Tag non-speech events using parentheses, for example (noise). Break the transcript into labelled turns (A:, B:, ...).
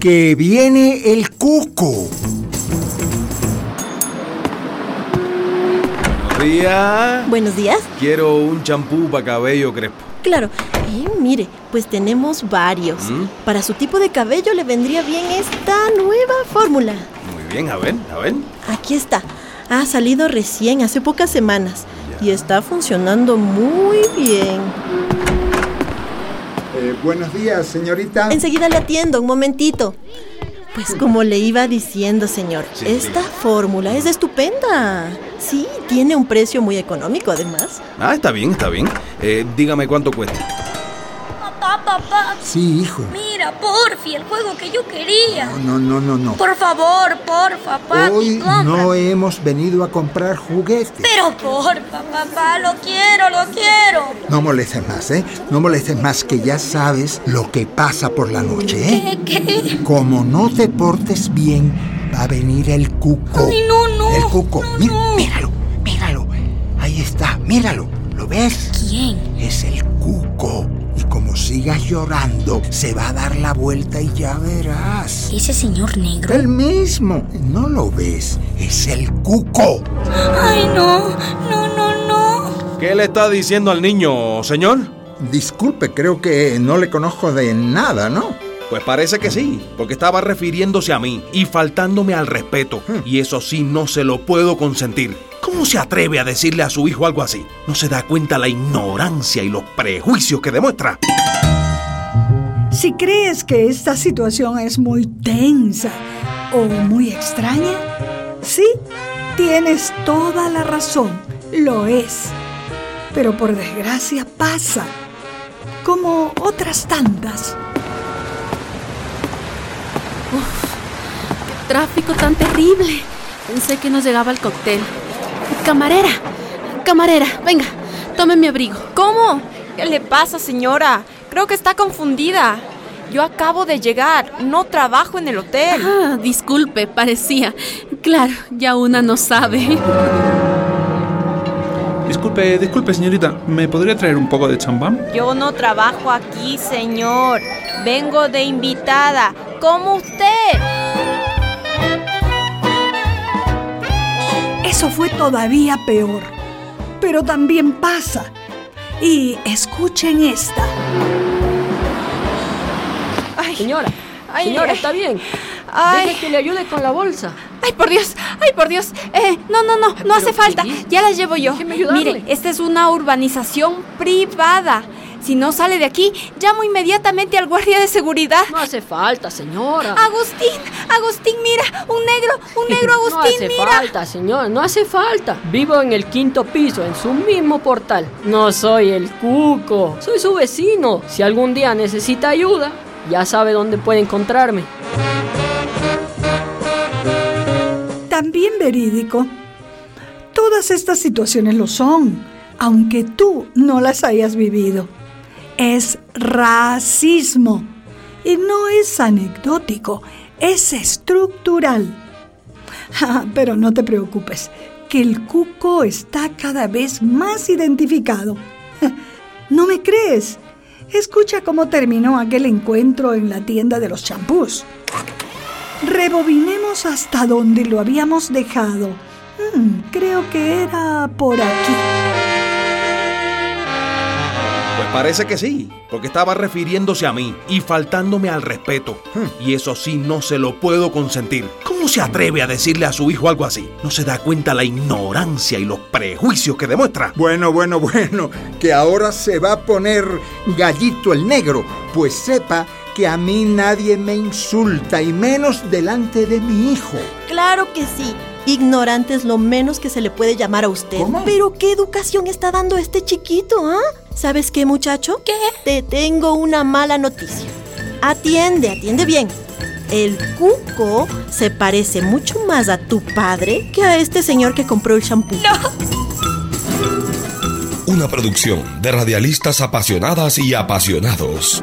A: que viene el cuco.
B: Ría,
C: Buenos días.
B: quiero un champú para cabello crespo.
C: Claro. Eh, mire, pues tenemos varios.
B: ¿Mm?
C: Para su tipo de cabello le vendría bien esta nueva fórmula.
B: Muy bien, a ver, a ver.
C: Aquí está. Ha salido recién, hace pocas semanas.
B: Ya.
C: Y está funcionando muy bien.
D: Eh, buenos días, señorita.
C: Enseguida le atiendo, un momentito. Pues como le iba diciendo, señor,
B: Sí,
C: esta
B: sí.
C: fórmula es estupenda. Sí, tiene un precio muy económico además.
B: Ah, está bien, está bien. Eh, dígame cuánto cuesta.
E: Papá, papá,
D: Sí, hijo.
E: mira, porfi, el juego que yo quería.
D: No, no, no, no.
E: Por favor, porfa, papi,
D: Hoy
E: compra.
D: no hemos venido a comprar juguetes.
E: Pero porfa, papá, lo quiero, lo quiero.
D: No molestes más, ¿eh? No molestes más que ya sabes lo que pasa por la noche, ¿eh?
E: ¿Qué, qué?
D: Como no te portes bien, va a venir el cuco.
E: Ay, no, no.
D: El cuco.
E: No,
D: Mi-
E: no.
D: Míralo, míralo. Ahí está, míralo. ¿Lo ves?
E: ¿Quién?
D: Es el cuco. Y como sigas llorando, se va a dar la vuelta y ya verás.
E: ¿Ese señor negro?
D: El mismo. ¿No lo ves? Es el cuco.
E: Ay, no, no, no, no.
B: ¿Qué le está diciendo al niño, señor?
D: Disculpe, creo que no le conozco de nada, ¿no?
B: Pues parece que sí, porque estaba refiriéndose a mí y faltándome al respeto. Y eso sí, no se lo puedo consentir. ¿Cómo se atreve a decirle a su hijo algo así? ¿No se da cuenta la ignorancia y los prejuicios que demuestra?
F: Si crees que esta situación es muy tensa o muy extraña, sí, tienes toda la razón, lo es. Pero por desgracia pasa, como otras tantas.
G: Tráfico tan terrible. Pensé que nos llegaba el cóctel. Camarera, camarera, venga, tome mi abrigo.
H: ¿Cómo? ¿Qué le pasa, señora? Creo que está confundida. Yo acabo de llegar, no trabajo en el hotel.
G: Ah, disculpe, parecía. Claro, ya una no sabe.
I: Disculpe, disculpe, señorita, ¿me podría traer un poco de champán?
H: Yo no trabajo aquí, señor. Vengo de invitada, como usted.
F: Eso fue todavía peor, pero también pasa. Y escuchen esta.
J: Señora,
H: Ay,
J: señora,
H: ay.
J: está bien.
H: Ay.
J: Deje que le ayude con la bolsa.
H: Ay, por Dios, ay, por Dios. Eh, no, no, no, no hace falta. Ya la llevo yo.
J: Déjeme ayudarle.
H: Mire, esta es una urbanización privada. Si no sale de aquí, llamo inmediatamente al guardia de seguridad.
J: No hace falta, señora.
H: Ah. Agustín, Agustín, mira, un negro,
G: (laughs)
H: un negro
J: no
H: Agustín,
J: hace
H: mira.
J: falta, señora, no hace falta. Vivo en el quinto piso, en su mismo portal. No soy el cuco, soy su vecino. Si algún día necesita ayuda, ya sabe dónde puede encontrarme.
F: También verídico. Todas estas situaciones lo son, aunque tú no las hayas vivido. Es racismo. Y no es anecdótico, es estructural. (laughs) Ja, Pero no te preocupes, que el cuco está cada vez más identificado. (laughs) ¿No me crees? Escucha cómo terminó aquel encuentro en la tienda de los champús. Rebobinemos hasta donde lo habíamos dejado. Mm, creo que era por aquí.
B: Pues parece que sí, porque estaba refiriéndose a mí y faltándome al respeto. Y eso sí, no se lo puedo consentir. ¿Cómo se atreve a decirle a su hijo algo así? ¿No se da cuenta la ignorancia y los prejuicios que demuestra?
D: Bueno, bueno, bueno, que ahora se va a poner gallito el negro. Pues sepa que a mí nadie me insulta y menos delante de mi hijo.
C: Claro que sí. Ignorante es lo menos que se le puede llamar a usted.
D: ¿Cómo?
C: Pero qué educación está dando este chiquito, ¿ah? ¿Sabes qué, muchacho? ¿Qué? Te tengo una mala noticia. Atiende, atiende bien. El cuco se parece mucho más a tu padre que a este señor que compró el shampoo.
K: Una producción de radialistas apasionadas y apasionados.